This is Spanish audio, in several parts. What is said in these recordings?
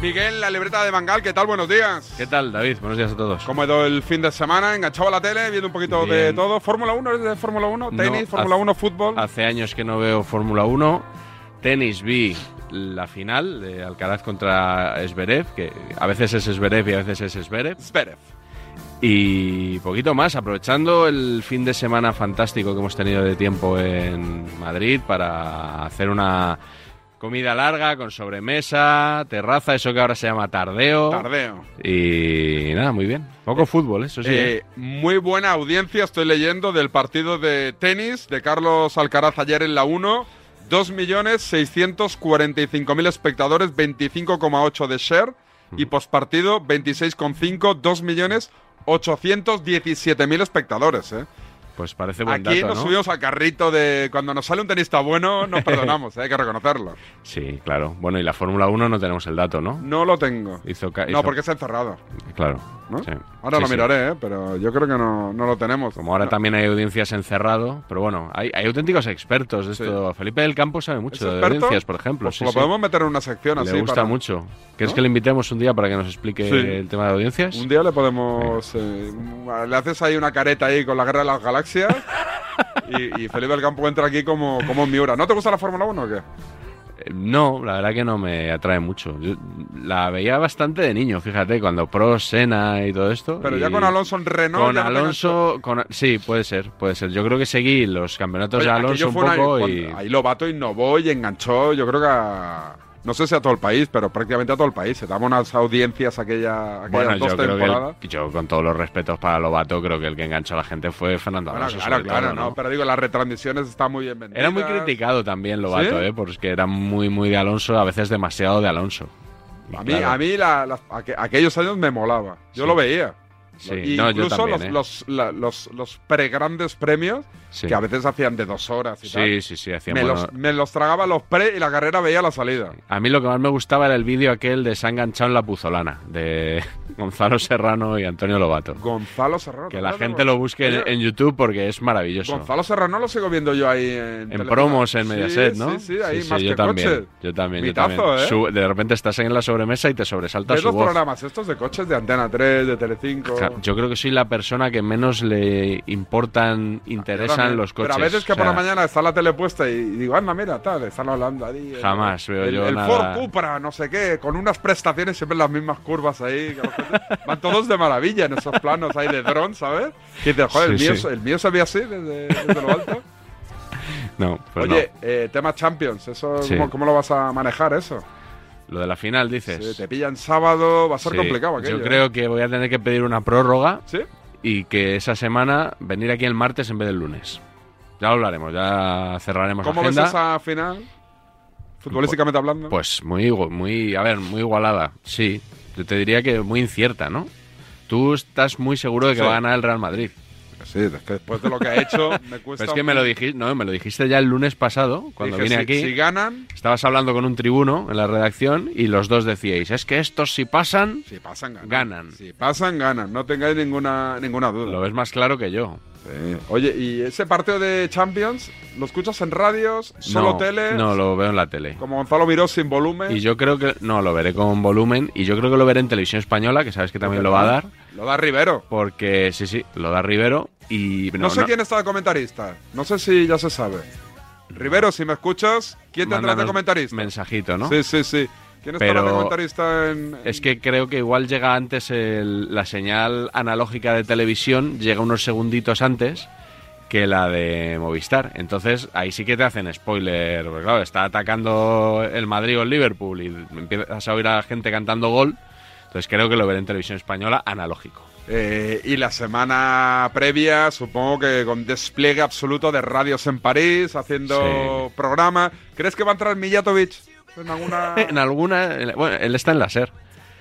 Miguel, la libreta de Bangal, ¿qué tal? Buenos días. ¿Qué tal, David? Buenos días a todos. ¿Cómo ha ido el fin de semana? Enganchado a la tele, viendo un poquito de Bien. todo. ¿Fórmula 1? ¿Eres de Fórmula 1? No, ¿Tenis? ¿Fórmula hace- 1? ¿Fútbol? Hace años que no veo Fórmula 1. Tenis vi la final de Alcaraz contra Esberev, que a veces es Esberev y a veces es Esberev. Zverev. Y poquito más, aprovechando el fin de semana fantástico que hemos tenido de tiempo en Madrid para hacer una comida larga con sobremesa, terraza, eso que ahora se llama tardeo. Tardeo. Y nada, muy bien. Poco fútbol, eso sí. ¿eh? Eh, muy buena audiencia, estoy leyendo, del partido de tenis de Carlos Alcaraz ayer en la 1. 2.645.000 espectadores, 25,8 de share. Mm. Y postpartido, 26,5, 2.817.000 espectadores. ¿eh? Pues parece buen Aquí dato, nos ¿no? subimos al carrito de cuando nos sale un tenista bueno, nos perdonamos, ¿eh? hay que reconocerlo. Sí, claro. Bueno, y la Fórmula 1 no tenemos el dato, ¿no? No lo tengo. Hizo ca- No, hizo- porque está encerrado. Claro. ¿no? sí. Ahora Sí, lo sí. miraré, ¿eh? pero yo creo que no, no lo tenemos. Como ahora No. también hay audiencias encerrado, pero bueno, hay, hay auténticos expertos de Sí. esto. Felipe del Campo sabe mucho de experto? audiencias, por ejemplo. Pues sí, lo sí. podemos meter en una sección Le así. gusta para- mucho. ¿Quieres ¿No? que le invitemos un día para que nos explique Sí. el tema de audiencias? Un día le podemos. eh, un- le haces ahí una careta ahí con la guerra de las galaxias. y, y Felipe del Campo entra aquí como, como un Miura. ¿No te gusta la Fórmula 1 o qué? Eh, No, la verdad que no me atrae mucho. Yo la veía bastante de niño, fíjate, cuando Pro, Sena y todo esto. Pero y ya con Alonso en Renault. con ya no te Alonso, con- sí, puede ser, puede ser. Yo creo que seguí los campeonatos Oye, de aquello Alonso un fue una- poco y... cuando- Ahí Lobato innovó y enganchó, yo creo que a- No sé si a todo el país, pero prácticamente a todo el país. Se daban unas audiencias aquella, aquellas Bueno, dos yo creo que el- temporadas. yo con todos los respetos para Lobato, creo que el que enganchó a la gente fue Fernando Bueno, Alonso. claro, sobre claro, todo, ¿no? Pero digo, las retransmisiones están muy bien vendidas. Era muy criticado también Lobato, ¿Sí? ¿eh? Porque era muy, muy de Alonso, a veces demasiado de Alonso. Y A mí, claro, a mí la- las- aqu- aquellos años me molaba. Yo Sí. lo veía. sí. Y No, yo incluso también, los, ¿eh? los, la- los, los pre-grandes premios, Sí. que a veces hacían de dos horas y sí, tal. sí, sí, hacía Me bueno- los, me los tragaba los pre y la carrera veía la salida. A mí lo que más me gustaba era el vídeo aquel de Se ha enganchado en la puzolana, de Gonzalo Serrano y Antonio Lobato. Gonzalo Serrano. Que la ¿no? gente lo busque en, Oye, en YouTube porque es maravilloso. Gonzalo Serrano lo sigo viendo yo ahí en, En Telecinco. promos en Sí, Mediaset, ¿no? Sí, sí, ahí más yo que también, coches. Yo también, yo Mitazo, también. ¿eh? Su- de repente estás ahí en la sobremesa y te sobresalta ¿Ves su los voz. programas estos de coches de Antena 3, de Telecinco? Ja, Yo creo que soy la persona que menos le importan, interesan También. los coches. Pero a veces que o sea, por la mañana está la tele puesta y digo, anda, mira, tal, están hablando ahí. el- Jamás veo el, yo el nada. Ford Cupra, no sé qué, con unas prestaciones siempre las mismas curvas ahí. que los coches- van todos de maravilla en esos planos ahí de dron, ¿sabes? Que dices, joder, el, Sí, mío, sí. el mío se ve así desde, desde lo alto. No, pues Oye, eh, tema Champions, eso, Sí. ¿cómo, cómo lo vas a manejar eso? no. Lo de la final, dices. Sí, te pillan sábado, va a ser Sí, complicado aquello. Yo ¿eh? creo que voy a tener que pedir una prórroga ¿Sí? y que esa semana venir aquí el martes en vez del lunes. Ya lo hablaremos, ya cerraremos ¿Cómo la ves agenda. esa final? Futbolísticamente hablando. Pues muy, igu- muy, a ver, muy igualada, sí. Yo te diría que muy incierta, ¿no? Tú estás muy seguro de que Sí. Pues va a ganar el Real Madrid. sí, es que después de lo que ha hecho, me Pero cuesta. es que me lo dijiste, no, me lo dijiste ya el lunes pasado, cuando Dije, vine si- aquí. Si ganan, Estabas hablando con un tribuno en la redacción y los dos decíais, es que estos si pasan, Si pasan, ganan. Ganan. Si pasan, ganan. No tengáis ninguna, ninguna lo duda. ves más claro que yo. Sí. Oye, ¿y ese partido de Champions lo escuchas en radios, solo no, tele? No, lo veo en la tele. Como Gonzalo Miró sin volumen. Y yo creo que, no, lo veré con volumen y yo creo que lo veré en televisión española, que sabes que también lo va a dar, Lo da Rivero. porque sí, sí, lo da Rivero y... No, sé quién está de comentarista. No sé si ya se sabe. Rivero, si me escuchas, ¿quién tendrá de mándanos comentarista? Mensajito, ¿no? Sí, sí, sí. ¿Quién estará Pero- de comentarista en, en- Es que creo que igual llega antes el- la señal analógica de televisión, llega unos segunditos antes que la de Movistar. Entonces ahí sí que te hacen spoiler. porque, claro, está atacando el Madrid o el Liverpool y empiezas a oír a la gente cantando gol. Entonces creo que lo veré en televisión española analógico. Eh, y la semana previa, supongo que con despliegue absoluto de radios en París, haciendo programa. ¿Crees que va a entrar Mijatovic en alguna...? En alguna. en la- bueno, él está en la SER.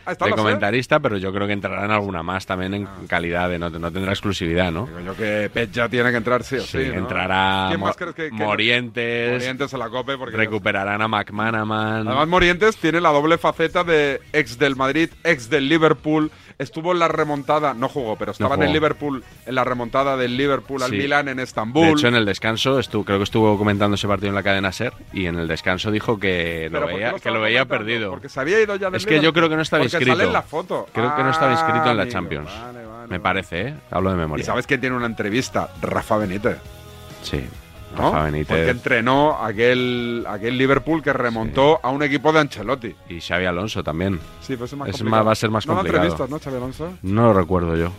Ah, está de la C. comentarista, pero yo creo que entrará en alguna más también en calidad, de no, no tendrá exclusividad, ¿no? Digo yo que Pet ya tiene que entrar sí o sí. Sí, ¿no? entrará ¿Quién Mo- más crees que- que- Morientes, Morientes a la COPE porque... recuperarán a McManaman. Además, Morientes tiene la doble faceta de ex del Madrid, ex del Liverpool. Estuvo en la remontada, no jugó, pero estaba en el jugó. Liverpool, en la remontada del Liverpool al Sí. Milan en Estambul. de hecho, en el descanso, estuvo, creo que estuvo comentando ese partido en la cadena SER, y en el descanso dijo que Pero lo ¿por qué veía, que estaba lo veía comentando? perdido. Porque se había ido ya del Es que yo Liverpool. creo que no estaba Porque inscrito. Sale en la foto. Creo que no estaba inscrito en Ah, la amigo, Champions. vale, vale, Me vale. parece, ¿eh? Hablo de ¿Y memoria. sabes quién tiene una entrevista? Rafa Benítez. Sí. ¿no? Rafa Porque Benítez entrenó aquel, aquel Liverpool que remontó a un equipo de Ancelotti. y Xavi Alonso también. Sí, pues es más Es complicado. más- va a ser más no da complicado. entrevistas, ¿no, Xavi Alonso? No lo recuerdo yo.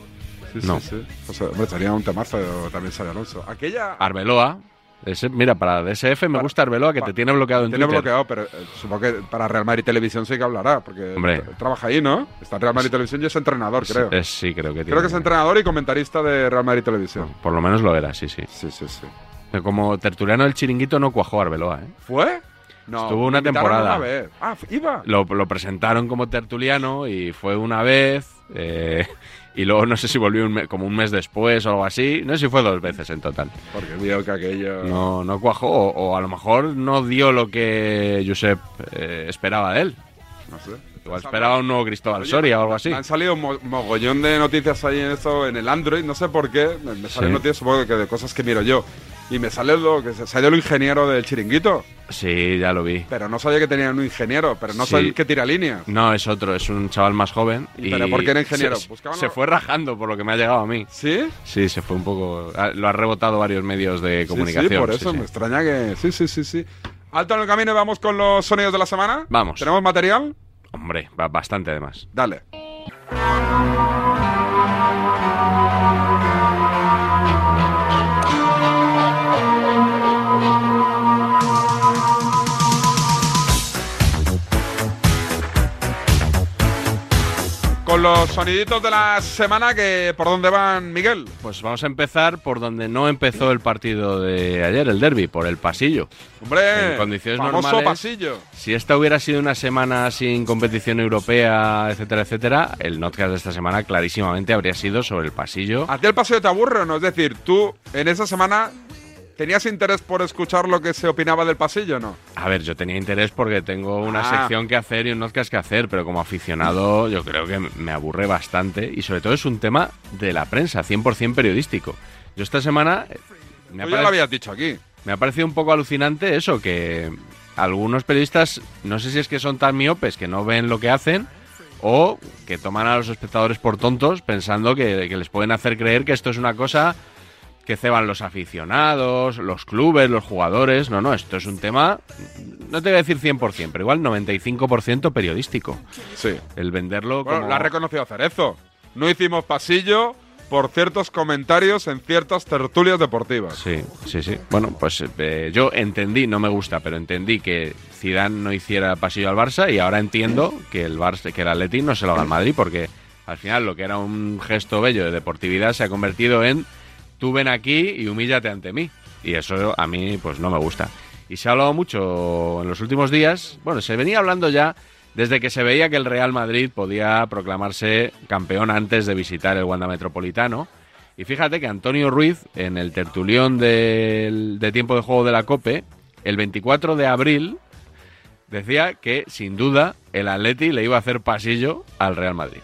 Sí, sí, No. sí. O sea, hombre, estaría un temazo también Xavi Alonso. Aquella Ah, Arbeloa. ese- mira, para DSF me Para- gusta Arbeloa, que pa- te tiene bloqueado en tiene Twitter. bloqueado, pero eh, supongo que para Real Madrid Televisión sí que hablará, porque Hombre. tra- trabaja ahí, ¿no? Está en Real Madrid Televisión y es entrenador, creo. Es- sí, creo que tiene. creo que es entrenador y comentarista de Real Madrid Televisión. Por lo menos lo era, sí, Ah, sí. Sí, sí, sí. Como tertuliano del chiringuito no cuajó Arbeloa, ¿eh? ¿Fue? No. Estuvo una lo invitaron temporada. una vez. Ah, f- iba. Lo, lo presentaron como tertuliano y fue una vez. eh, y luego no sé si volvió un me- como un mes después o algo así. No sé si fue dos veces en total. Porque vio que aquello. No, no cuajó. O, o a lo mejor no dio lo que Josep eh, esperaba de él. No sé. Igual esperaba un nuevo Cristóbal Soria o algo así. Me han salido mo- mogollón de noticias ahí en esto, en el Android, no sé por qué. Me, me salen Sí. noticias, supongo que de cosas que miro yo. Y me sale lo que se salió el ingeniero del chiringuito. Sí, ya lo vi. Pero no sabía que tenían un ingeniero, pero no Sí. Mm. sabía que tira líneas. No, es otro, es un chaval más joven. ¿Y Y pero por qué era ingeniero? Se, Buscaban se algo- fue rajando por lo que me ha llegado a mí. ¿Sí? Sí, se fue un poco. ah, Lo ha rebotado varios medios de comunicación. Sí, sí, por sí, eso sí. me extraña que. Sí, sí, sí, sí. Alto en el camino y vamos con los sonidos de la semana. Vamos. ¿Tenemos material? Hombre, ba- bastante además. Dale. Con los soniditos de la semana, que ¿por dónde van, Miguel? Pues vamos a empezar por donde no empezó el partido de ayer, el derby, por el pasillo. Hombre, En condiciones famoso normales. pasillo. Si esta hubiera sido una semana sin competición europea, etcétera, etcétera, el notcast de esta semana clarísimamente habría sido sobre el pasillo. ¿A ti el paseo te aburre o no? Es decir, tú en esa semana tenías interés por escuchar lo que se opinaba del pasillo o no. A ver, yo tenía interés porque tengo una Ah. sección que hacer y un podcast que hacer, pero como aficionado yo creo que me aburre bastante y sobre todo es un tema de la prensa, 100% periodístico. Yo esta semana eh, me ha, Tú ya lo parec- habías dicho aquí. me ha parecido un poco alucinante eso, que algunos periodistas, no sé si es que son tan miopes que no ven lo que hacen o que toman a los espectadores por tontos pensando que, que les pueden hacer creer que esto es una cosa que ceban los aficionados, los clubes, los jugadores. No, no, esto es un tema, no te voy a decir 100%, pero igual 95% periodístico. Sí. El venderlo Bueno, como... lo ha reconocido Cerezo. No hicimos pasillo por ciertos comentarios en ciertas tertulias deportivas. Sí, sí, sí. Bueno, pues eh, yo entendí, no me gusta, pero entendí que Zidane no hiciera pasillo al Barça y ahora entiendo que el Barça, que el Atleti no se lo haga al Madrid porque al final lo que era un gesto bello de deportividad se ha convertido en tú ven aquí y humíllate ante mí y eso a mí pues no me gusta. Y se ha hablado mucho en los últimos días, bueno, se venía hablando ya desde que se veía que el Real Madrid podía proclamarse campeón antes de visitar el Wanda Metropolitano. Y fíjate que Antonio Ruiz, en el tertulión del- de tiempo de juego de la COPE, el 24 de abril, decía que sin duda el Atleti le iba a hacer pasillo al Real Madrid.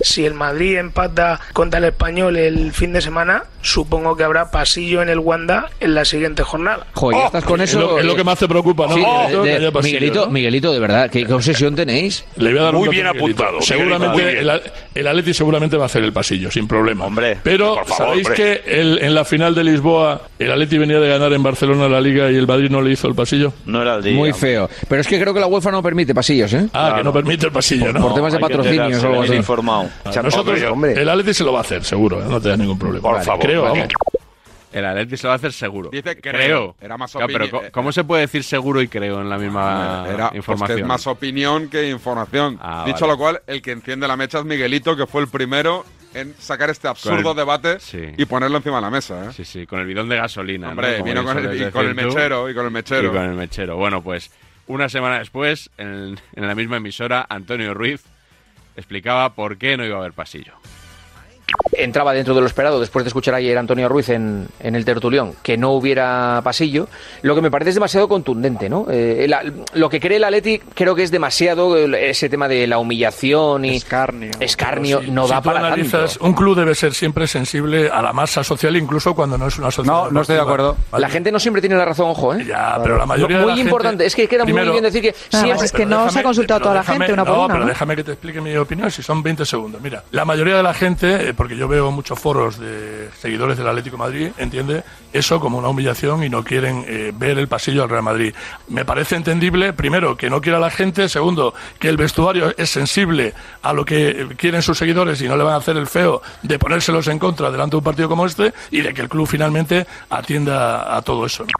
Si el Madrid empata contra el español el fin de semana, supongo que habrá pasillo en el Wanda en la siguiente jornada. Joder, ya estás con Oh, Es eso. lo, eh, es lo que más te preocupa, ¿no? Sí, Oh, de- de- que haya pasillo, Miguelito, ¿no? Miguelito, de verdad, ¿qué, qué obsesión tenéis? Le voy a dar un Muy dato bien a Miguelito. apuntado, Seguramente Miguelito, muy bien. el, Al- el Atleti seguramente va a hacer el pasillo, sin problema. Hombre, Pero por favor, sabéis hombre. que el- en la final de Lisboa el Atleti venía de ganar en Barcelona la Liga y el Madrid no le hizo el pasillo. No era el día. Muy feo. Pero es que creo que la UEFA no permite pasillos, ¿eh? Ah, que no permite el pasillo, ¿no? por temas de Hay que patrocinios enterarse, o algo bien así. informado. Ah, Nosotros, Hombre, el Atleti se lo va a hacer, seguro, ¿eh? no te da ningún problema. Por favor, creo, vale. vamos. El Atleti se lo va a hacer seguro. Dice creo. Era más Claro, pero opini- co- ¿cómo se puede decir seguro y creo en la misma Era pues, ah, información? que es más opinión que información. Ah, Dicho vale. lo cual, el que enciende la mecha es Miguelito, que fue el primero en sacar este absurdo Con el- debate Sí. y ponerlo encima de la mesa. ¿eh? Sí, sí, con el bidón de gasolina. ¿no? Hombre, Como vino le con el, sueles y con el decir tú. mechero, y con el mechero. Y con el mechero. Bueno, pues Una semana después, en, en la misma emisora, Antonio Ruiz explicaba por qué no iba a haber pasillo. entraba dentro de lo esperado después de escuchar ayer a Antonio Ruiz en, en el tertulión que no hubiera pasillo, lo que me parece es demasiado contundente, ¿no? Eh, el a- lo que cree el Atleti creo que es demasiado el- ese tema de la humillación y Escarnio. escarnio Si- no si da tú para analizas, tanto. Un club debe ser siempre sensible a la masa social, incluso cuando no es una sociedad. No, no estoy de deportiva. acuerdo. Vale. La gente no siempre tiene la razón, ojo, ¿eh? Ya, pero la mayoría de Muy la gente- importante, es que queda muy bien decir que No, siempre- pero Es que no se ha consultado pero toda la déjame- gente una por no, una, pero ¿no? déjame que te explique mi opinión, si son 20 segundos. Mira, la mayoría de la gente, eh, porque yo veo muchos foros de seguidores del Atlético de Madrid, entiende eso como una humillación y no quieren eh, ver el pasillo al Real Madrid. Me parece entendible, primero, que no quiera la gente, segundo, que el vestuario es sensible a lo que eh, quieren sus seguidores y no le van a hacer el feo de ponérselos en contra delante de un partido como este y de que el club finalmente atienda a todo eso. ¿no?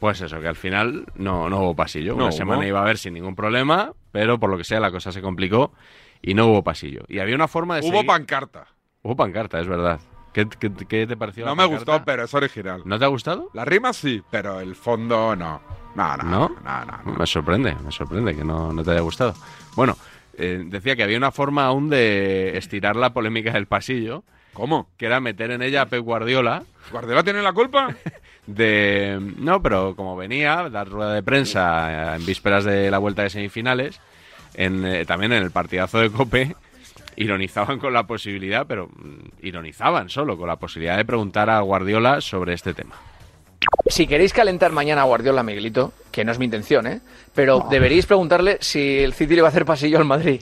Pues eso, que al final no, no hubo pasillo. No Una hubo. semana iba a haber sin ningún problema, pero por lo que sea la cosa se complicó y no hubo pasillo. Y había una forma de Hubo seguir- pancarta. hubo pancarta, es verdad. ¿Qué, qué- qué te pareció? No la me pancarta? gustó, pero es original. ¿No te ha gustado? La rima sí, pero el fondo no. No, no, ¿No? no, no. no. Me sorprende, me sorprende que no, no te haya gustado. Bueno, eh, decía que había una forma aún de estirar la polémica del pasillo, ¿Cómo? que era meter en ella a Pep Guardiola ¿Guardiola tiene la culpa? de no, pero como venía dar rueda de prensa eh, en vísperas de la vuelta de semifinales, en, eh, también en el partidazo de Cope ironizaban con la posibilidad, pero mm, ironizaban solo con la posibilidad de preguntar a Guardiola sobre este tema. Si queréis calentar mañana a Guardiola, Miguelito, que no es mi intención, ¿eh? Pero deberíais preguntarle si el City le va a hacer pasillo al Madrid.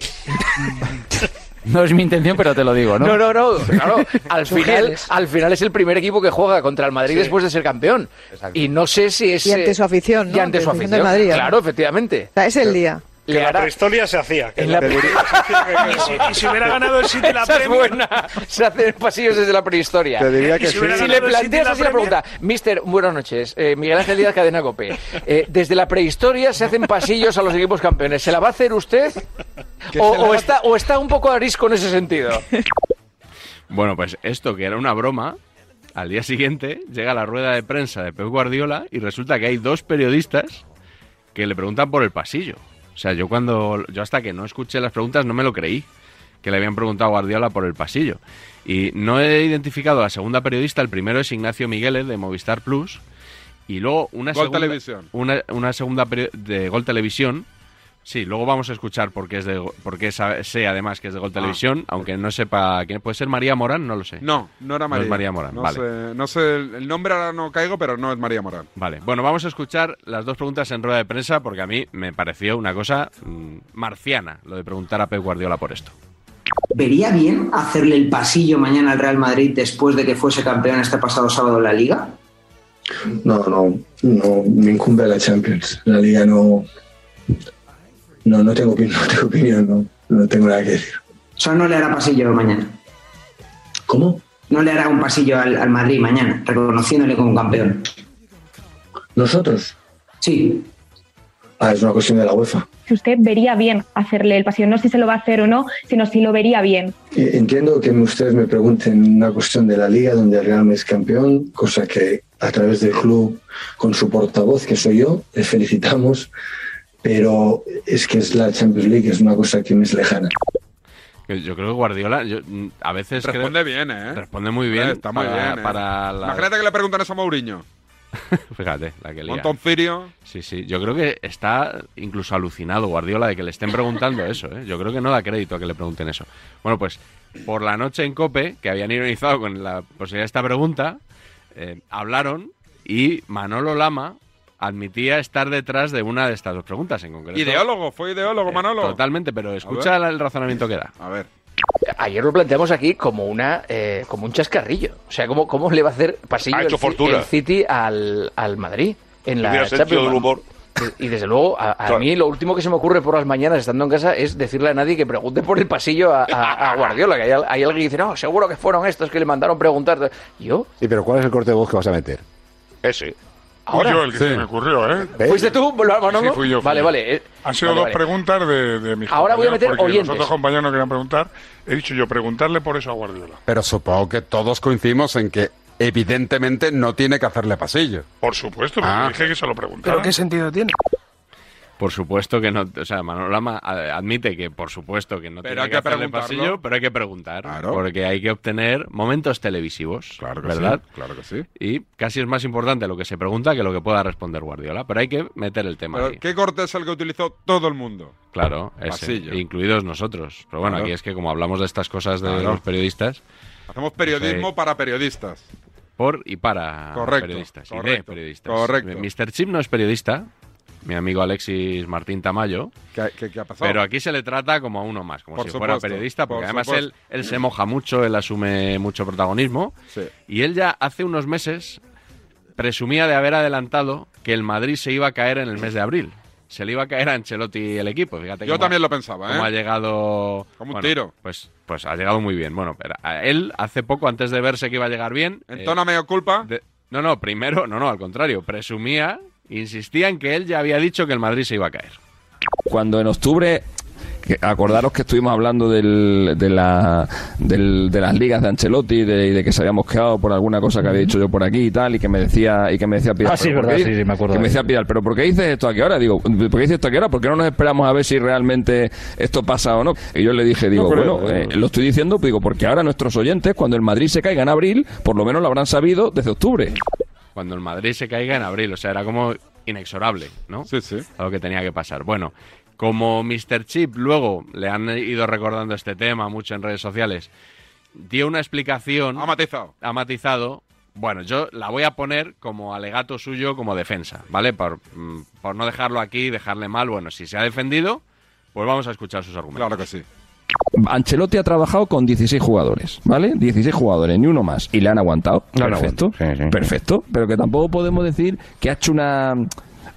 No es mi intención, pero te lo digo, ¿no? No, no, no. Claro, al final, Sugieres. al final es el primer equipo que juega contra el Madrid después de ser campeón. Y no sé si es. Y ante eh, su afición, ¿no? Y ante su afición. del Madrid. ¿eh? ¿no? claro, efectivamente. O sea, es el día. Le hará- prehistoria se hacía. En la- Y si, y si hubiera ganado el City la Esa es Premier, buena. Se hacen pasillos desde la prehistoria. Te diría que Y si hubiera Si ganado le el City planteas así la Premier, pregunta, Mister, buenas noches, eh, Miguel Ángel Díaz Cadena Cope, eh, desde la prehistoria se hacen pasillos a los equipos campeones, ¿se la va a hacer usted? O, o está, ¿O está un poco arisco en ese sentido? Bueno, pues esto que era una broma, al día siguiente llega la rueda de prensa de Pep Guardiola y resulta que hay dos periodistas que le preguntan por el pasillo. O sea, yo cuando yo hasta que no escuché las preguntas no me lo creí que le habían preguntado a Guardiola por el pasillo. Y no he identificado a la segunda periodista, el primero es Ignacio Migueles de Movistar Plus y luego una Gol segunda Televisión. una, una segunda peri- de Gol Televisión. Sí, luego vamos a escuchar por qué es de Go- por qué sa- sé además que es de Gol Televisión, aunque no sepa quién puede ser María Morán, no lo sé. Ah, No, no era No es María. María Morán, no vale. Sé, no sé, el el nombre ahora no caigo, pero no es María Morán. Vale, bueno, vamos a escuchar las dos preguntas en rueda de prensa porque a mí me pareció una cosa mm, marciana lo de preguntar a Pep Guardiola por esto. ¿Vería bien hacerle el pasillo mañana al Real Madrid después de que fuese campeón este pasado sábado en la Liga? No, no, no, me incumbe la Champions. La liga no. No, no tengo, opin- no tengo opinión, no, no tengo nada que decir. O sea, no le hará pasillo mañana. ¿Cómo? No le hará un pasillo al, al Madrid mañana, reconociéndole como campeón. ¿Nosotros? Sí. Ah, es una cuestión de la UEFA. si usted vería bien hacerle el pasillo, no si se lo va a hacer o no, sino si lo vería bien. Eh, Entiendo que ustedes me pregunten una cuestión de la liga donde el Real Madrid es campeón, cosa que a través del club, con su portavoz, que soy yo, les felicitamos, pero es que es la Champions League, es una cosa que me es lejana. Que Yo creo que Guardiola yo, mm, a veces creo- Responde bien, ¿eh? responde muy bien, Está muy para, bien, ¿eh? para la- Imagínate que le preguntan eso a Mourinho. fíjate, la que lía. Montonfirio. Sí, sí, yo creo que está incluso alucinado Guardiola de que le estén preguntando eso, ¿eh? Yo creo que no da crédito a que le pregunten eso. Bueno, pues por la noche en Cope, que habían ironizado con la posibilidad de esta pregunta, eh, hablaron y Manolo Lama admitía estar detrás de una de estas dos preguntas en concreto. Ideólogo, fue ideólogo, Eh, Manolo. Totalmente, pero escucha el razonamiento que da. A ver. Ayer lo planteamos aquí como una eh, como un chascarrillo. O sea, ¿cómo, cómo le va a hacer pasillo Ha hecho el, Ci- fortuna. el City al, al Madrid? En la Hubiera sentido Champions, del humor. Y desde luego, a, a Claro. mí lo último que se me ocurre por las mañanas estando en casa es decirle a nadie que pregunte por el pasillo a, a- a Guardiola. Que hay, al- hay alguien que dice, no, seguro que fueron estos que le mandaron preguntar. Yo, Sí, pero ¿cuál es el corte de voz que vas a meter? Ese. ahora. el que se me ocurrió, ¿eh? ¿Ves? Pues- ¿Fuiste tú, Manolo? Sí, fui yo, fui vale, yo. vale. eh, Han sido vale, dos vale. preguntas de, de mis Ahora voy a meter compañeros, porque oyentes. Los otros compañeros no querían preguntar. He dicho yo, preguntarle por eso a Guardiola. Pero supongo que todos coincidimos en que evidentemente no tiene que hacerle pasillo. Por supuesto, porque Ah. dije que se lo preguntara. ¿Pero qué sentido tiene? Por supuesto que no, o sea, Manolo Lama a- admite que por supuesto que no Pero tiene hay que, que hacerle preguntarlo. pasillo, pero hay que preguntar, porque hay que obtener momentos televisivos, Claro que ¿verdad? sí, claro que sí. Y casi es más importante lo que se pregunta que lo que pueda responder Guardiola, pero hay que meter el tema Pero, ahí. ¿Qué corte es el que utilizó todo el mundo? Claro, ese, Pasillo. incluidos nosotros. Pero bueno, Claro. aquí es que como hablamos de estas cosas de Claro. los periodistas, Hacemos periodismo Sí. para periodistas. por y para Correcto, periodistas y de correcto, periodistas. correcto. Mr. Chip no es periodista, mi amigo Alexis Martín Tamayo, ¿Qué, qué- qué ha pasado? pero aquí se le trata como a uno más, como Por si fuera supuesto, periodista, porque por además él, supuesto. él se moja mucho, él asume mucho protagonismo. Sí. Y él ya hace unos meses presumía de haber adelantado que el Madrid se iba a caer en el mes de abril. Se le iba a caer a Ancelotti el equipo. Fíjate Yo cómo- también lo pensaba, ¿eh? cómo ha llegado. Como un bueno, tiro. Pues, pues ha llegado muy bien. Bueno, pero a él hace poco, antes de verse que iba a llegar bien. ¿En tono medio culpa? no, no, primero, no, no, al contrario. Presumía, insistía en que él ya había dicho que el Madrid se iba a caer. Cuando en octubre, que- acordaros que estuvimos hablando del- de, la- del- de las ligas de Ancelotti, de, y de que se había mosqueado por alguna cosa que había dicho yo por aquí y tal, y que me decía, y que me decía Pidal. Ah, sí, "¿Pero es por verdad, qué?". sí, sí, me acuerdo Que de me decía Pidal, pero ¿por qué dices esto aquí ahora? Digo, ¿por qué dices esto aquí ahora? ¿Por qué no nos esperamos a ver si realmente esto pasa o no? Y yo le dije, digo, creo, bueno, eh, lo estoy diciendo, digo, porque ahora nuestros oyentes, cuando el Madrid se caiga en abril, por lo menos lo habrán sabido desde octubre. cuando el Madrid se caiga en abril. O sea, era como inexorable, ¿no? Sí, sí. Algo que tenía que pasar. Bueno, como Mr. Chip luego le han ido recordando este tema mucho en redes sociales, dio una explicación. Ha matizado. Ha matizado. Bueno, yo la voy a poner como alegato suyo, como defensa, ¿vale? Por, mm, por no dejarlo aquí, dejarle mal. Bueno, si se ha defendido, pues vamos a escuchar sus argumentos. Claro que sí. Ancelotti ha trabajado con 16 jugadores, ¿vale? 16 jugadores, ni uno más. Y le han aguantado. Le han perfecto. Perfecto. Pero que tampoco podemos decir que ha hecho una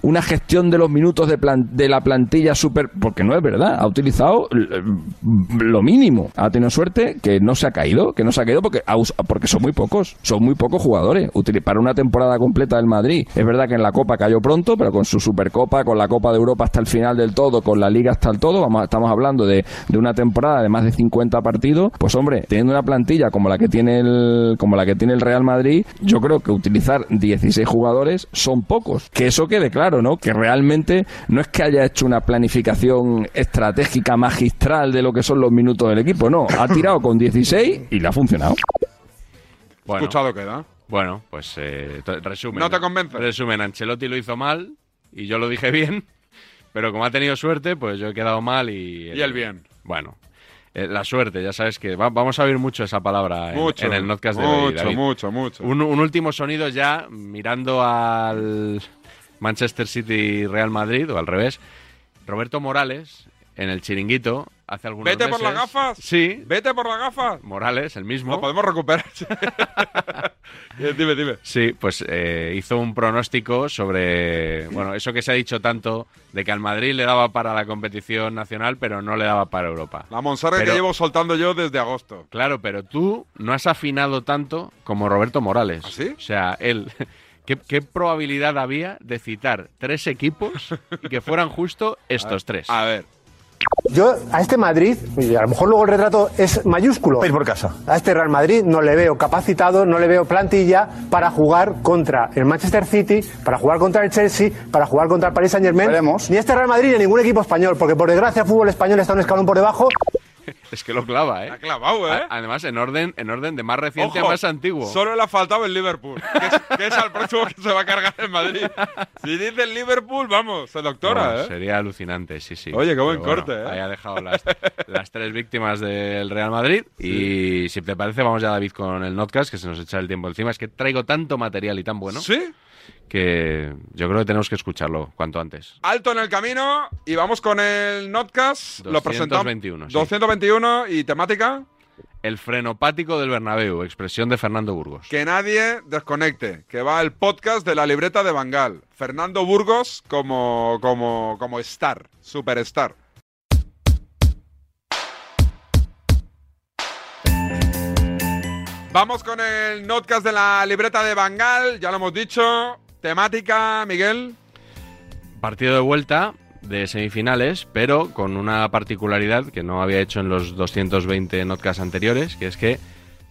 una gestión de los minutos de, plan- de la plantilla súper... Porque no es verdad. Ha utilizado l- lo mínimo. Ha tenido suerte que no se ha caído. Que no se ha caído porque, ha us- porque son muy pocos. Son muy pocos jugadores. Utili- Para una temporada completa del Madrid. Es verdad que en la Copa cayó pronto, pero con su Supercopa, con la Copa de Europa hasta el final del todo, con la Liga hasta el todo, vamos, a- estamos hablando de, de una temporada de más de 50 partidos. Pues hombre, teniendo una plantilla como la que tiene el, como la que tiene el Real Madrid, yo creo que utilizar 16 jugadores son pocos. Que eso quede claro, ¿no? Que realmente no es que haya hecho una planificación estratégica magistral de lo que son los minutos del equipo, no. Ha tirado con 16 y le ha funcionado. Bueno, Escuchado queda. Bueno, pues eh, t- resumen. No te convence. Resumen, Ancelotti lo hizo mal y yo lo dije bien, pero como ha tenido suerte, pues yo he quedado mal y... Y él bien. Bueno, eh, la suerte, ya sabes que va- vamos a oír mucho esa palabra en, Mucho, en el podcast de hoy, mucho, David. mucho, mucho. Un, un último sonido ya mirando al Manchester City Real Madrid, o al revés. Roberto Morales, en el chiringuito, hace algunos Vete por meses- las gafas. Sí. Vete por las gafas. Morales, el mismo. Lo podemos recuperar. Eh, dime, dime. Sí, pues eh, hizo un pronóstico sobre, bueno, eso que se ha dicho tanto, de que al Madrid le daba para la competición nacional, pero no le daba para Europa. La Monserrat Pero- que llevo soltando yo desde agosto. Claro, pero tú no has afinado tanto como Roberto ¿Ah, Morales. O sea, él, ¿qué, qué probabilidad había de citar tres equipos y que fueran justo estos tres? A ver. Yo a este Madrid, y a lo mejor luego el retrato es mayúsculo. Ir por casa. A este Real Madrid no le veo capacitado, no le veo plantilla para jugar contra el Manchester City, para jugar contra el Chelsea, para jugar contra el Paris Saint Germain. Ni a este Real Madrid ni a ningún equipo español, porque por desgracia el fútbol español está un escalón por debajo. Es que lo clava, ¿eh? Ha clavado, ¿eh? A- Además, en orden, en orden de más reciente Ojo, a más antiguo. Solo le ha faltado el Liverpool, que es, que es al próximo que se va a cargar en Madrid. Si dice el Liverpool, vamos, se doctora, Bueno, ¿eh? Sería alucinante, sí, sí. Oye, qué buen Pero corte, ¿eh? Ahí ha dejado las, las tres víctimas del Real Madrid. Y si te parece, vamos ya, David, con el notcast, que se nos echa el tiempo encima. Es que traigo tanto material y tan bueno. ¿Sí? Que yo creo que tenemos que escucharlo cuanto antes. Alto en el camino y vamos con el Notcast. Lo presentamos. 221, sí. 221 y temática. El frenopático del Bernabéu, expresión de Fernando Burgos. Que nadie desconecte, que va el podcast de la libreta de Bangal. Fernando Burgos como, como, como star, superstar. Vamos con el notcast de la libreta de Bangal, ya lo hemos dicho. Temática, Miguel. Partido de vuelta de semifinales, pero con una particularidad que no había hecho en los 220 notcasts anteriores, que es que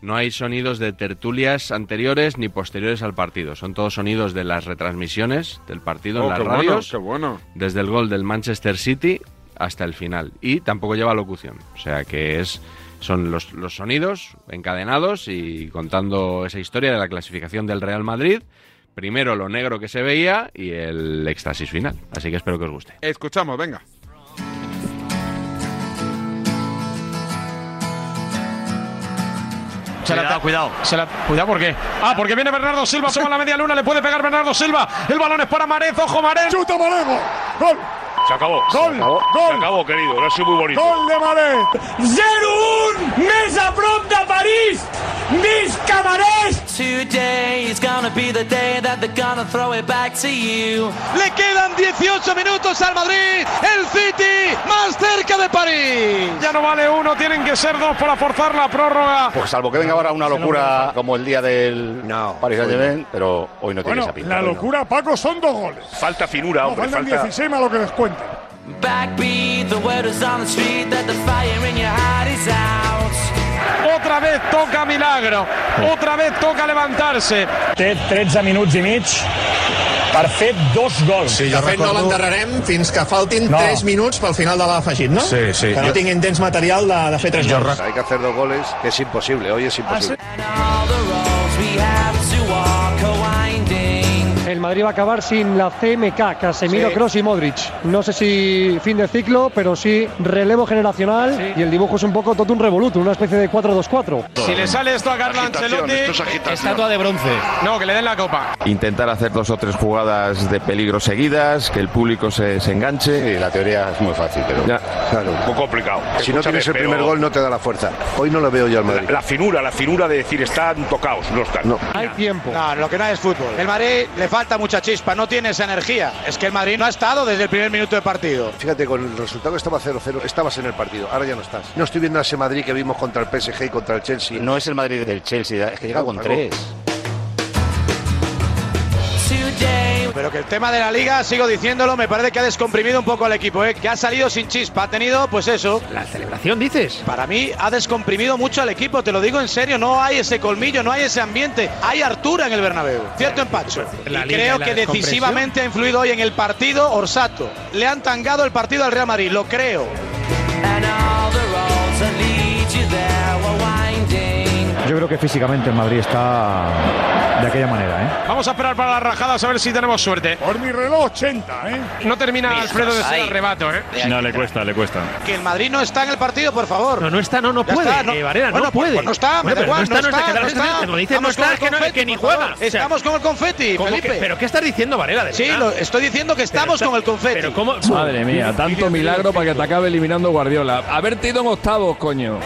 No hay sonidos de tertulias anteriores ni posteriores al partido. Son todos sonidos de las retransmisiones del partido Oh, en las qué bueno, radios. qué bueno. Desde el gol del Manchester City hasta el final. Y tampoco lleva locución. O sea que es. Son los, los sonidos encadenados y contando esa historia de la clasificación del Real Madrid. Primero lo negro que se veía y el éxtasis final. Así que espero que os guste. Escuchamos, venga. Cuidado, cuidado. cuidado, ¿por qué? Ah, porque viene Bernardo Silva, suma la media luna, le puede pegar Bernardo Silva. El balón es para Marez, ojo Marez. ¡Chuta Marego! ¡Gol! Se acabó. Gol, Se acabó, gol. Se acabó, querido. Lo ha sido muy bonito. de Marez! ¡0-1! ¡Mesa pronta París! ¡Mis camarés! Today is gonna be the day that they're gonna throw it back to you. Le quedan 18 minutos al Madrid. El City más cerca de París. Ya no vale uno, tienen que ser dos para forzar la prórroga. Pues salvo que venga ahora una locura como el día del Paris Saint-Germain, pero hoy no tiene Bueno, esa pinta. la hoy no. locura, Paco, son dos goles. Falta finura, hombre. faltan falta... 16 más lo que descuenten. Backbeat, the word is on the street that the fire in your heart is out. Otra vez toca Milagro. Otra vez toca levantarse. Té 13 minuts i mig per fer dos gols. Sí, De fet, no l'enterrarem fins que faltin No. 3 minuts pel final de l'afegit, no? Sí, sí. Que no Jo- tinguin temps material de, de fer 3 Yo gols. rec- Hay que hacer dos goles, que es imposible. Hoy es imposible. We have to walk a winding. El Madrid va a acabar sin la CMK, Casemiro, Sí. Cross y Modric. No sé si fin de ciclo, pero sí relevo generacional y el dibujo es un poco totum revolutum, una especie de 4-2-4. Si le sale esto a Carlo Ancelotti, estatua de bronce. No, que le den la copa. Intentar hacer dos o tres jugadas de peligro seguidas, que el público se, se enganche. Sí, la teoría es muy fácil, pero. Claro. Un poco complicado. Si no Escúchame, tienes el pero primer gol, no te da la fuerza. Hoy no lo veo yo al Madrid. La, la finura, la finura de decir están tocados, no están. Hay tiempo. No, lo que no hay es fútbol. El Madrid le falta mucha chispa, no tiene esa energía. Es que el Madrid no ha estado desde el primer minuto de partido. Fíjate, con el resultado que estaba 0-0, estabas en el partido, ahora ya no estás. No estoy viendo a ese Madrid que vimos contra el PSG y contra el Chelsea. No es el Madrid del Chelsea, es que llega con tres. Pero que el tema de la liga, sigo diciéndolo, me parece que ha descomprimido un poco al equipo, ¿eh? que ha salido sin chispa, ha tenido pues eso. La celebración, dices. Para mí ha descomprimido mucho al equipo, te lo digo en serio, no hay ese colmillo, no hay ese ambiente, hay hartura en el Bernabéu, cierto empacho. La y liga, creo la que descompresión. decisivamente ha influido hoy en el partido Orsato. Le han tangado el partido al Real Madrid, lo creo. Roads that lead you there were winding. Yo creo que físicamente en Madrid está de aquella manera, ¿eh? Vamos a esperar para las rajadas a ver si tenemos suerte. Por mi reloj 80, ¿eh? No termina Alfredo de ser el rebato, ¿eh? No, le cuesta, le cuesta. Que el Madrid no está en el partido, por favor. No, no está, no, no Ya puede, está, eh, Varela, no Bueno, pues, puede. pues no está, me Bueno, da pero igual, no está, no está, que da la no sensación, está. como este, dice, no Vamos está, con el que no- confeti, que ni por favor. juega. O sea, Estamos con el confeti, ¿Cómo que- Felipe. ¿Pero qué estás diciendo, Varela? de Sí, verdad? lo- estoy diciendo que estamos está- con el confeti. Pero cómo... Madre mía, tanto milagro para que te acabe eliminando Guardiola. Haberte ido en octavos, coño.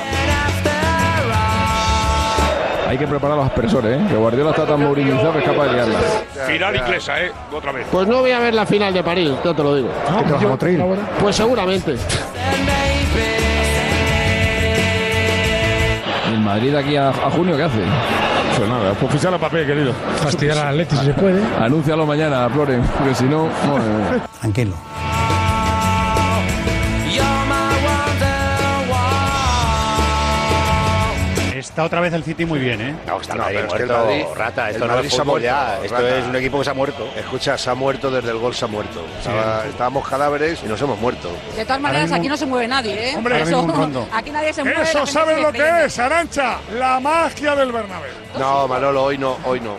Hay que preparar los aspersores, ¿eh? Que Guardiola está tan mourinizado que es capaz de liarla. Final inglesa, ¿eh? Otra vez. Pues no voy a ver la final de París, yo te lo digo. yo- Motril? pues seguramente. ¿El Madrid de aquí a, a junio qué hace? Pues nada, pues fichar a papel, querido. Fastidiar al Atleti si se puede. Anúncialo mañana, Flores, porque si no... Tranquilo. Está otra vez el City muy bien, ¿eh? No, está No, Madrid pero es que el muerto, Madrid- rata. el Esto no Madrid es se ha fútbol muerto, Pues ya. Esto rata. es un equipo que se ha muerto. Escucha, se ha muerto desde el gol, se ha muerto. Estaba- estábamos cadáveres y nos hemos muerto. De todas maneras, aquí no se mueve nadie, ¿eh? Hombre, Ahora mismo un rondo. aquí nadie se mueve. Eso sabes lo que es, Arancha. La magia del Bernabéu. No, Manolo, hoy no, hoy no.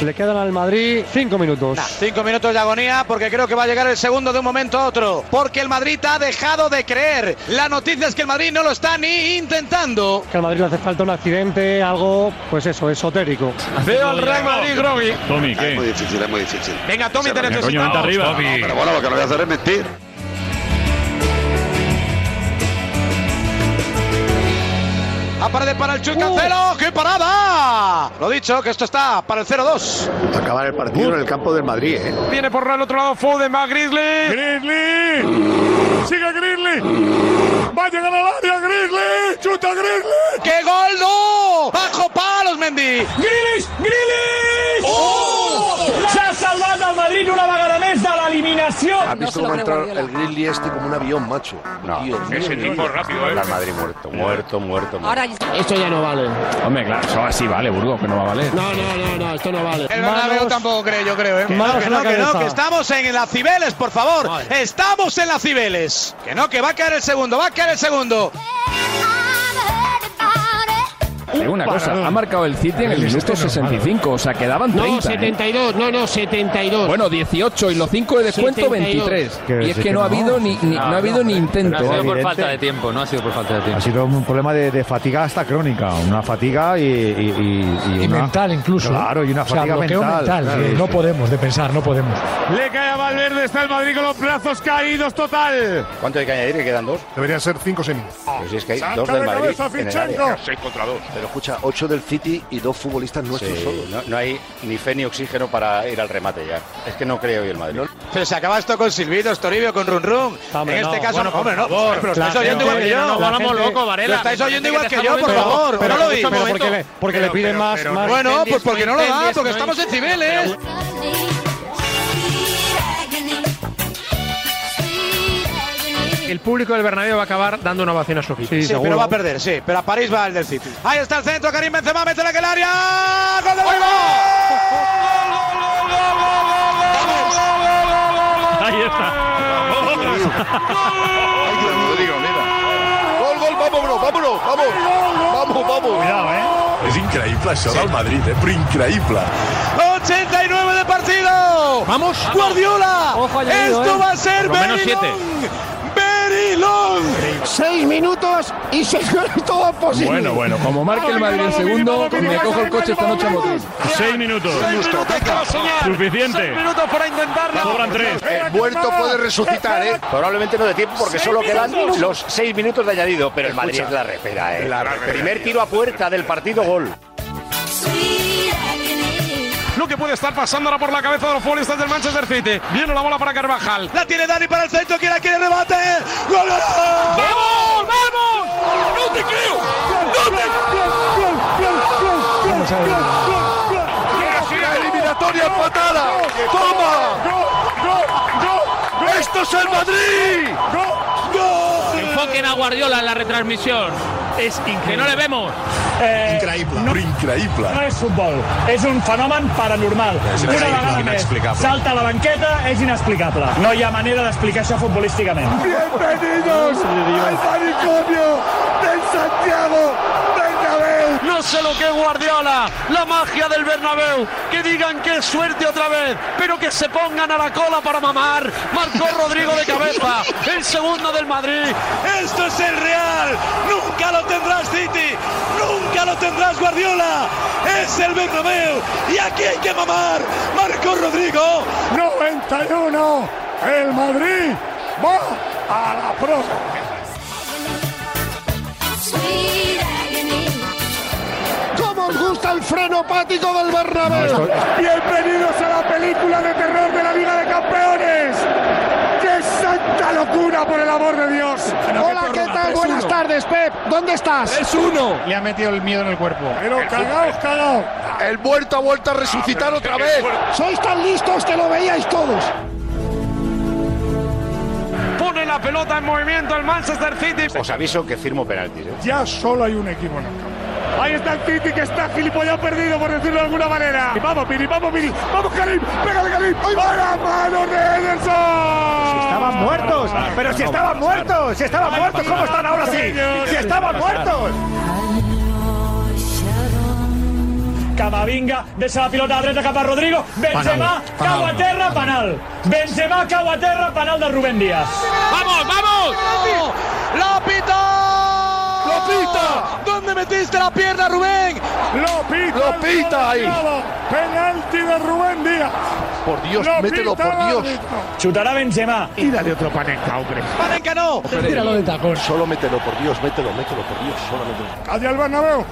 Le quedan al Madrid 5 minutos. Cinco minutos de agonía porque creo que va a llegar el segundo de un momento a otro. Porque el Madrid ha dejado de creer. La noticia es que el Madrid no lo está ni intentando. Que al Madrid le hace falta un accidente, algo, pues eso, esotérico. Veo al Real Madrid, Grogui. Tommy, ¿qué? Es muy difícil, es muy difícil. Venga, Tommy, te necesitamos. No, pero bueno, lo que no voy a hacer es mentir. Aparece para el Chuy Cancelo. ¡Qué parada! Lo dicho, que esto está para el 0-2. Acabar el partido en el campo del Madrid, ¿eh? Viene por el otro lado Foden, va Grizzly. Grizzly. Sigue Grizzly. Va a llegar al área Grizzly. Chuta Grizzly. ¡Qué gol no! ¡Bajo palos, Mendy! ¡Uh! ¡Grilis! ¡Grilis! ¡Oh! S'ha salvat el Madrid una vegada més de l'eliminació devolución. ¿Has visto cómo ha entrado el Grizzly este como un avión, macho? No, Ese tipo es rápido, ¿eh? Real Madrid muerto, muerto, muerto. Ahora Esto ya no vale. Hombre, claro, eso así vale, Burgos, que no va a valer. No, no, no, no, esto no vale. El Bernabéu tampoco cree, yo creo, ¿eh? Que no, manos que en la no, que no, cabeza. que estamos en la Cibeles, por favor. Estamos en la Cibeles. Que no, que va a caer el segundo, va a caer el segundo. Te digo una cosa, ha marcado el City en el minuto 65, o sea, quedaban No, 30. ¿eh? 72, no, no, 72. Bueno, 18 y los 5 de descuento 72. 23. Que Y es sí que que no ha no. habido ni, ni- no ha habido ni intento. No ha sido por ¿eh? falta de tiempo, no ha sido por falta de tiempo. Ha sido un problema de, de fatiga hasta crónica, una fatiga y, y- y- y una- mental incluso. Claro, y una O sea, fatiga bloqueo mental. claro, eh, sí, no sí. podemos, de pensar, no podemos. Le cae a Valverde, está el Madrid con los brazos caídos total. ¿Cuánto hay que añadir? ¿Que quedan dos? Deberían ser 5 semis. Pero si es que hay Saca dos de del Madrid. cabeza, en el Fichenko. área. Seis contra dos. Pero escucha, ocho del City y dos futbolistas nuestros Sí, solos. no, no hay ni fe ni oxígeno para ir al remate ya. Es que no creo hoy el Madrid. Pero se acaba esto con silbidos, Toribio, con Run Run. Hombre, en este no, caso, bueno, no, por hombre, no. favor. Pero lo estáis La oyendo igual gente- que yo. no, volvamos La gente- loco, Varela. Lo estáis oyendo igual que yo, por Pero- favor. pero- no lo oís. pero porque le- porque le Pero- piden pero- más- pero- más- Bueno, pues porque no lo da, incendies, porque no estamos en incendies, Cibeles. El público del Bernabéu va a acabar dando una ovación a su equipo. Sí, pero va a perder, sí. Pero a París va el del City. Ahí está el centro, Karim Benzema, métela que el área. ¡Gol del Ahí está. Gol, gol, vámonos, vámonos, vamos. ¿eh? Vamos, vamos. Cuidado, eh. És increïble això del Madrid, eh? però increïble. 89 de partido. Vamos. Guardiola. añadido, Esto eh. va a ser Por lo menos Berilón. Berilón. Seis minutos y seis goles todo posible. Bueno, bueno, Como marque el Madrid el segundo, me cojo el coche esta noche a motor. Seis minutos. Suficiente. Seis minutos para intentarlo. Sobran tres. El muerto puede resucitar, ¿eh? Probablemente no de tiempo porque solo quedan los seis minutos de añadido, pero el Madrid es la repera, ¿eh? La repera. Primer tiro a puerta del partido, gol. Lo que puede estar pasando ahora por la cabeza de los futbolistas del Manchester City. Viene la bola para Carvajal. La tiene Dani para el centro. ¿Quién la quiere rebate? ¡Gol! ¡Vamos! ¡Vamos! ¡No te creo! ¡No te Eliminatoria empatada. ¡Toma! ¡Esto es el Madrid! Enfoquen a Guardiola en la retransmisión. Es increíble. Que no le vemos. Increïble. No, increïble. No és futbol, és un fenomen paranormal. És Una increïble, vegada més, inexplicable. Salta a la banqueta, és inexplicable. No hi ha manera d'explicar això futbolísticament. ¡Bienvenidos al manicomio del Santiago Bernabéu! No sé lo que es Guardiola, la magia del Bernabéu. Que digan que es suerte otra vez, pero que se pongan a la cola para mamar. Marcó Rodrigo de cabeza, el segundo del Madrid. Esto es el Real. Nunca lo tendrás City. Nunca lo tendrás Guardiola. Es el Bernabéu. Y aquí hay que mamar. Marco Rodrigo. 91. El Madrid va a la prórroga. ¿Cómo os gusta el freno pático del Bernabéu? Bienvenidos a la película de terror de la Liga de Campeones. ¡Qué santa locura, por el amor de Dios! Hola, ¿qué tal? Buenas tardes, Pep. ¿Dónde estás? Es uno. Le ha metido el miedo en el cuerpo. Pero cagaos, cagaos. El muerto ha vuelto a resucitar otra vez. Sois tan listos que lo veíais todos. Pone la pelota en movimiento el Manchester City. Os aviso que firmo penaltis, ¿eh? Ya solo hay un equipo en el campo. Ahí está el Titi que está gilipollado perdido, por decirlo de alguna manera. Y Vamos, Piri, vamos, Piri. Vamos, Karim. Pégale, Karim. ¡A la mano de Ederson! Estaban muertos, pero si estaban muertos, si estaban muertos, ¿cómo están ahora sí? Si estaban muertos. Camavinga, deixa la pilota a la dreta cap a Rodrigo. Benzema, Penal, penal. cau a terra, penal. Benzema, cau a terra, penal de Rubén Díaz. ¡Vamos, vamos! ¡La pita! ¡Lo pita! ¿Dónde metiste la pierna, Rubén? ¡Lo pita! ¡Lo pita ahí! Penalti de Rubén Díaz. Por Dios, mételo, por Dios. Xutarà Benzema. Y dale otro panenca, hombre. ¡Panenka no! Tíralo de tacón. Solo mételo, por Dios, mételo, mételo, por Dios, solo mételo. Hacia el Bernabéu.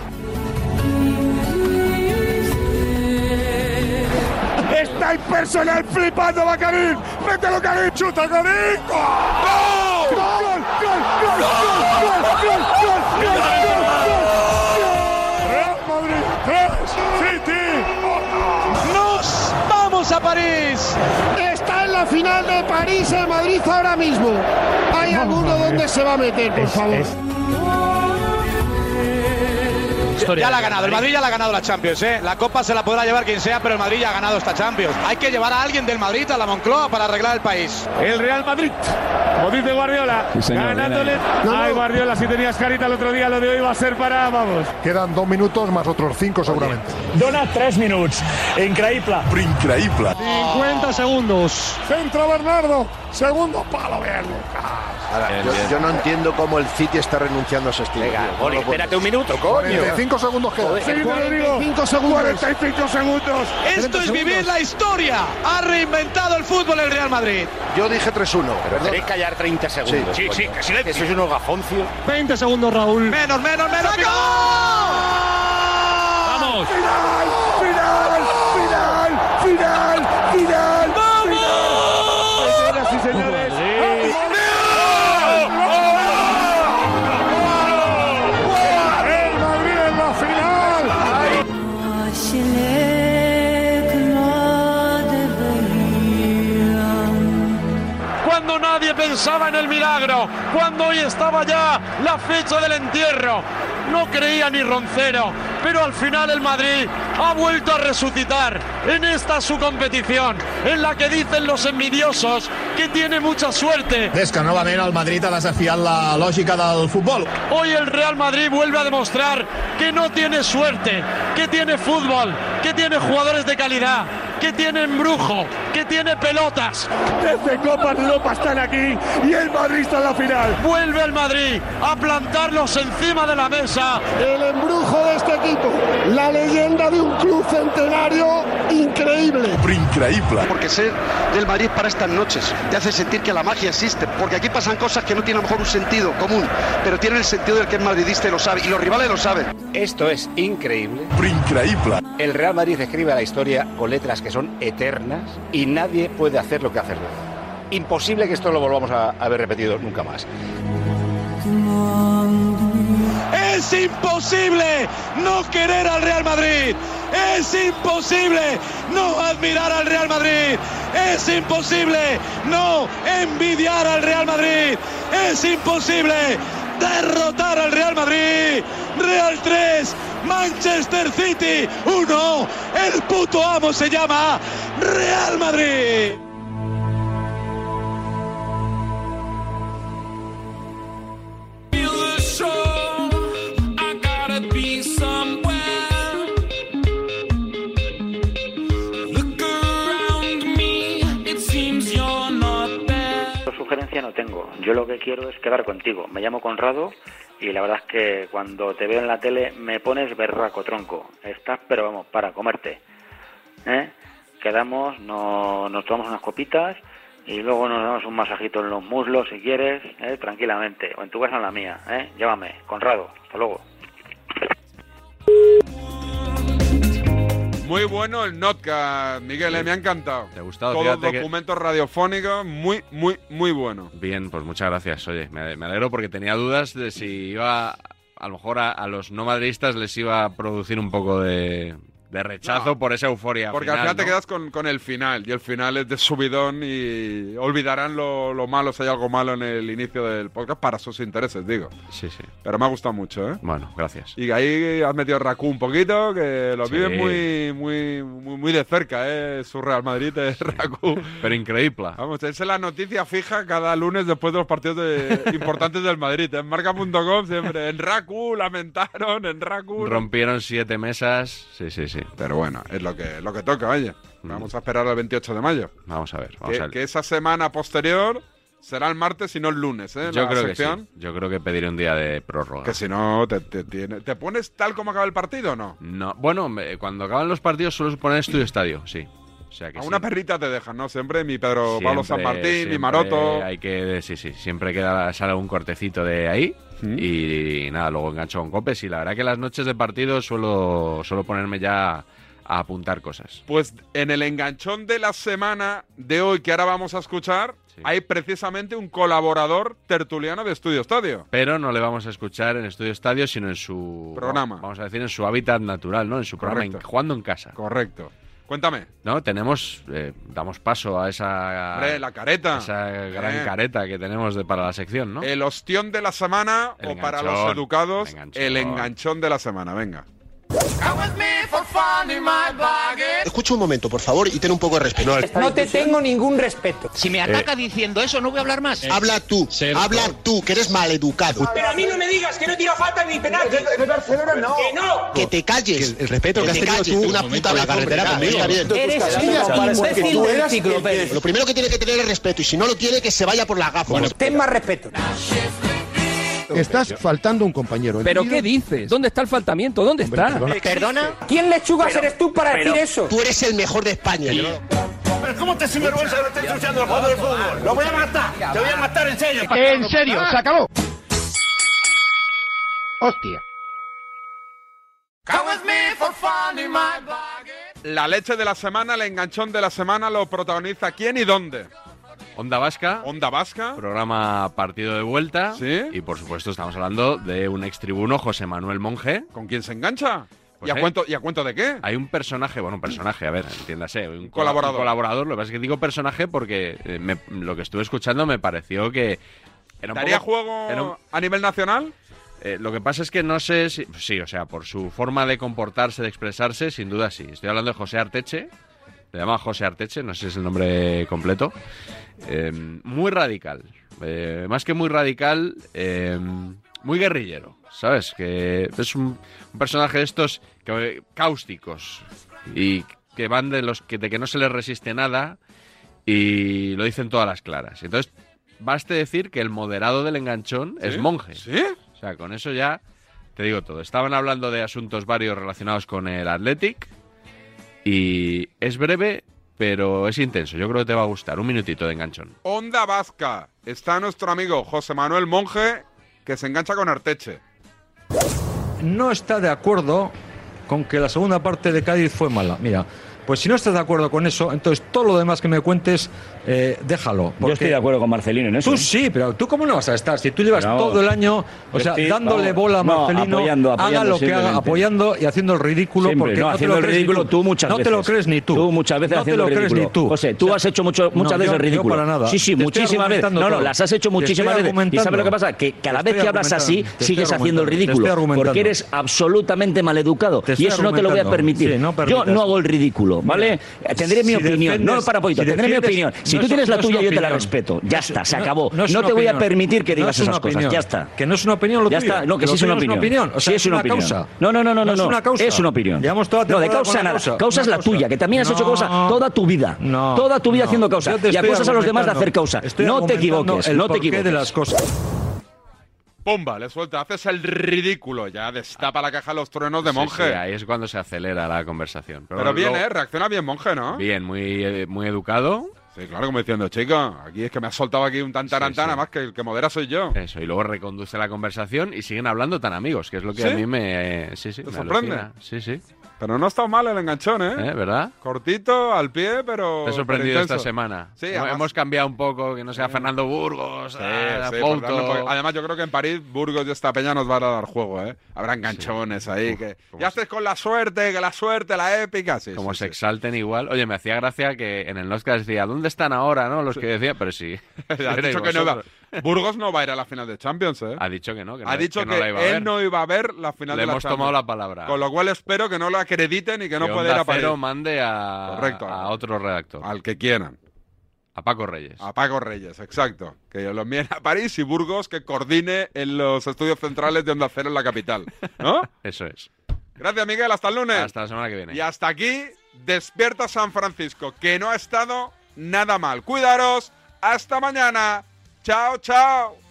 Está impersonal flipando, va Karim. Mételo, Karim. Chuta, Karim. ¡Gol! ¡Gol, gol, gol, gol, gol, gol, gol, gol, gol, gol! Real Madrid 3, City ¡Nos vamos a París! Está en la la final de París en Madrid ahora mismo. ¿Hay alguno donde se va a meter, por favor? ya la ha ganado, el Madrid ya la ha ganado la Champions, ¿eh? La Copa se la podrá llevar quien sea, pero el Madrid ya ha ganado esta Champions. Hay que llevar a alguien del Madrid a la Moncloa para arreglar el país. El Real Madrid, como dice Guardiola, Sí, señor, ganándole. viene ahí. No, no. Ay, Guardiola, si tenías carita el otro día, lo de hoy va a ser para, vamos. Quedan dos minutos más otros cinco seguramente. Dona 3 minuts. Increïble. Increíble. 50 segundos. Centro Bernardo, segundo palo, Bernardo. Ahora, Bien, yo, bien. yo no entiendo cómo el City está renunciando a ese estilo. Venga, Oli, espérate un minuto, coño. 45 segundos quedan. Sí, te lo digo. 45 segundos. 45 segundos. Esto es vivir la historia. Ha reinventado el fútbol el Real Madrid. Yo dije 3-1. Tenéis que callar 30 segundos. Sí, sí, que silencio. Eso es un hogafoncio. 20 segundos, Raúl. Menos, menos, menos. ¡Vamos! ¡Final! ¡Final! ¡Final! ¡Final! ¡Final! ¡Vamos! Señoras y señores. ¡El Madrid en la final! Cuando nadie pensaba en el milagro, cuando hoy estaba ya la fecha del entierro, no creía ni Roncero, pero al final el Madrid ha vuelto a resucitar en esta su competición, en la que dicen los envidiosos que tiene mucha suerte. eh, És que novament el Madrid ha desafiat la lògica del futbol. Hoy el Real Madrid vuelve a demostrar que no tiene suerte, que tiene fútbol, que tiene jugadores de calidad, que tiene embrujo, que tiene pelotas. Desde Copa Europa están aquí y el Madrid está en la final. Vuelve el Madrid a plantarlos encima de la mesa. El embrujo de este equipo, la leyenda de un club centenario increíble. Increíble. Porque ser del Madrid para estas noches te hace sentir que la magia existe. Porque aquí pasan cosas que no tienen a lo mejor un sentido común, pero tienen el sentido del que es madridista y lo sabe. Y los rivales lo saben. Esto es increíble. Increíble. El Real Madrid escribe la historia con letras que son eternas y nadie puede hacer lo que hace Rueda. Imposible que esto lo volvamos a, a ver repetido nunca más. Es imposible no querer al Real Madrid. Es imposible no admirar al Real Madrid. Es imposible no envidiar al Real Madrid. Es imposible derrotar al Real Madrid. Real 3, Manchester City 1. El puto amo se llama Real Madrid. Sugerencia no tengo. Yo lo que quiero es quedar contigo. Me llamo Conrado y la verdad es que cuando te veo en la tele me pones berraco, tronco. Estás, pero vamos, para comerte. ¿Eh? Quedamos, no- nos tomamos unas copitas y luego nos damos un masajito en los muslos si quieres, ¿eh? tranquilamente. O en tu casa o en la mía. ¿eh? Llámame, Conrado. Hasta luego. Muy bueno el Notcast, Miguel, eh, me ha encantado. Te ha gustado, Todos fíjate que- documentos radiofónicos, muy, muy, muy bueno. Bien, pues muchas gracias. Oye, me ale- me alegro porque tenía dudas de si iba, a lo mejor a, a los no madridistas les iba a producir un poco de, de rechazo por esa euforia. Porque final, al final te ¿no? quedas con, con el final, y el final es de subidón y olvidarán lo, lo malo, si hay algo malo en el inicio del podcast, para sus intereses, digo. Sí, sí. Pero me ha gustado mucho, ¿eh? Bueno, gracias. Y ahí has metido Raku un poquito, que lo Sí. vives muy, muy, muy, muy de cerca, ¿eh? Su Real Madrid es Raku. Pero increíble. Vamos, esa es la noticia fija cada lunes después de los partidos de- importantes del Madrid. En marca.com siempre, en Raku lamentaron, en Raku. no- Rompieron siete mesas. Sí, sí, sí. Pero bueno, es lo que, lo que toca, oye. Vamos a esperar al 28 de mayo. Vamos a ver. Mm. Vamos Que, a que esa semana posterior será el martes y no el lunes, ¿eh? Yo La creo que sí. Ah. sección. Yo creo que pediré un día de prórroga. Que si no, te, te tiene- ¿te pones tal como acaba el partido o no? No, bueno, me- cuando acaban los partidos suelo poner estudio estadio, sí. O sea que A sí. una perrita te dejan, ¿no? Siempre mi Pedro Siempre- Pablo San Martín, mi siempre Maroto. Hay que, sí, sí, siempre queda sale un cortecito de ahí Mm. y, nada, luego engancho con copes y la verdad que las noches de partido suelo, suelo ponerme ya a apuntar cosas. Pues en el enganchón de la semana de hoy que ahora vamos a escuchar, hay precisamente un colaborador tertuliano de Estudio Estadio. Pero no le vamos a escuchar en Estudio Estadio, sino en su Programa. Vamos a decir en su hábitat natural, ¿no? En su programa, en- Correcto. jugando en casa. Correcto. Cuéntame. ¿no? Tenemos, eh, damos paso a esa. Hombre, la careta. Ah, Esa gran Eh. careta que tenemos de, para la sección, ¿no? El ostión de la semana El o para enganchón, los educados, el enganchón. el enganchón de la semana. Venga. Escucha un momento, por favor, y ten un poco de respeto. No te tengo ningún respeto. Si me ataca diciendo eso, no voy a hablar más. Habla tú, habla tú, que eres maleducado. Pero a mí no me digas que no tira falta ni penalti. Pues Que no. Que te calles. el respeto que, has tenido tú una puta la carretera conmigo. Eres un imbécil de enciclopedia. Lo primero que tiene que tener es respeto y si no lo tiene que se vaya por la gafa. ten más respeto. Estás faltando un compañero. ¿Pero qué dices? ¿Dónde está el faltamiento? ¿Dónde está? Eh, ¿Quién lechugas Pero- eres tú para pero- decir eso? Tú eres el mejor de España. Pero ¿cómo te sinvergüenza lo estás ensuciando al jugador del fútbol? ¡Lo voy a matar! ¡Te voy a matar en serio! En serio, se acabó. Hostia. La leche de la semana, el enganchón de la semana, lo protagoniza quién y dónde. Onda Vasca. Onda Vasca. Programa partido de vuelta. Y por supuesto, estamos hablando de un extribuno, José Manuel Monge. ¿Con quién se engancha? Pues ¿Y, a cuento, ¿Y a cuento de qué? Hay un personaje, bueno, un personaje, a ver, entiéndase, un Colaborador. un colaborador, lo que pasa es que digo personaje porque eh, me- lo que estuve escuchando me pareció que era un ¿Daría poco- juego era un- a nivel nacional? eh, lo que pasa es que no sé si. Sí, o sea, por su forma de comportarse, de expresarse, sin duda sí. Estoy hablando de José Arteche. Le llama José Arteche, no sé si es el nombre completo. Eh, muy radical. Eh, más que muy radical, eh, muy guerrillero. ¿Sabes? Que es un, un personaje de estos que- cáusticos y que van de los que, de que no se les resiste nada y lo dicen todas las claras. Entonces, baste decir que el moderado del enganchón es monje. ¿Sí? O sea, con eso ya te digo todo. Estaban hablando de asuntos varios relacionados con el Athletic y es breve, pero es intenso. Yo creo que te va a gustar. Un minutito de enganchón. Onda Vasca. Está nuestro amigo José Manuel Monge, que se engancha con Arteche. no está de acuerdo con que la segunda parte de Cádiz fue mala. Mira, pues si no estás de acuerdo con eso, entonces todo lo demás que me cuentes, eh, déjalo. Yo estoy de acuerdo con Marcelino en eso. ¿eh? Tú sí, pero tú cómo no vas a estar si tú llevas Pero vamos, todo el año, o yo sea, estoy, dándole vamos, bola a no, Marcelino, apoyando, apoyando haga lo que haga, simplemente. apoyando y haciendo el ridículo, Siempre, porque no, no, te haciendo lo el crees ni ridículo tú muchas no veces. te lo crees ni tú, Tú muchas veces no haciendo te el lo crees ridículo. ni tú. José, tú has hecho mucho- muchas No, veces yo- el ridículo. yo para nada. Sí, sí, Te estoy muchísimas veces. argumentando No, no, todo. las has hecho Te muchísimas estoy veces. ¿Y sabes lo que pasa? Que cada Te vez que estoy hablas así, argumentando. Te estoy sigues haciendo argumentando. el Te ridículo. estoy argumentando. Porque eres absolutamente maleducado. Te Y estoy eso no te lo voy a argumentando. permitir. Sí, no yo permitas. no hago el ridículo, ¿vale? Mira, tendré mi si opinión. No, defiendes- para poquito, si tendré mi defiendes- opinión. Si no tú es- tienes la no es tuya, una yo te la opinión. respeto. Ya No es- está, se no- acabó. no es No una te voy a opinión. permitir que No digas es una esas cosas. opinión. Ya está. Que no es una opinión lo Ya tuyo. está, no, que Lo sí es una tuyo opinión. O sea, sí es una, opinión. causa. No, no, no, no, no. es una causa. Es una opinión. Llevamos toda la no, de temporada causa con la nada. Causa, causa. es Una la causa. tuya, que también has hecho No. causa toda tu vida. No, toda tu vida no. haciendo causa. Yo te Y estoy acusas a los demás de hacer argumentando. causa. Estoy no te argumentando equivoques, el no te porqué equivoques. de las cosas. ¡Pumba! Le suelta. Haces el ridículo. Ya destapa la caja de los truenos de Sí, Monje. sí, ahí es cuando se acelera la conversación. Pero, Pero bien, luego- ¿eh? Reacciona bien, Monje, ¿no? Bien, muy, eh, muy educado. Sí, claro, como diciendo, chica, aquí es que me has soltado aquí un tantarantana, más que el que modera soy yo. Eso, y luego reconduce la conversación y siguen hablando tan amigos, que es lo que ¿Sí? a mí me. eh, sí, sí, ¿Te me sorprende? alucina. Sí, sí. Pero no ha estado mal el enganchón, ¿eh? ¿Eh? ¿Verdad? Cortito, al pie, pero. Te he pero sorprendido esta intenso. semana. Sí, Hemos- además- Hemos cambiado un poco, que no sea Fernando Burgos, Sí, ah, sí, Couto. por darle un poco- Además, yo creo que en París, Burgos y esta peña nos van a dar juego, ¿eh? Habrá enganchones ahí. que ya haces con la suerte, que la suerte, la épica. Sí, Como sí, se sí. exalten igual. Oye, me hacía gracia que en el Oscar decía, ¿dónde están ahora, no? Los que decía, pero sí. Has Erais dicho que no vosotros. iba- Burgos no va a ir a la final de Champions, ¿eh? Ha dicho que no, que no, ha dicho que que, no la iba a ver. él no iba a ver la final Le de la hemos Champions. tomado la palabra. Con lo cual espero que no lo acrediten y que no Que pueda Onda ir a París. Cero mande a, Correcto. a otro redactor. Al que quieran. A Paco Reyes. A Paco Reyes, exacto. Que los envíen a París y Burgos que coordine en los estudios centrales de Onda Cero en la capital. ¿No? Eso es. Gracias, Miguel. Hasta el lunes. Hasta la semana que viene. Y hasta aquí, despierta San Francisco, que no ha estado nada mal. Cuidaros. Hasta mañana. Chao, chao.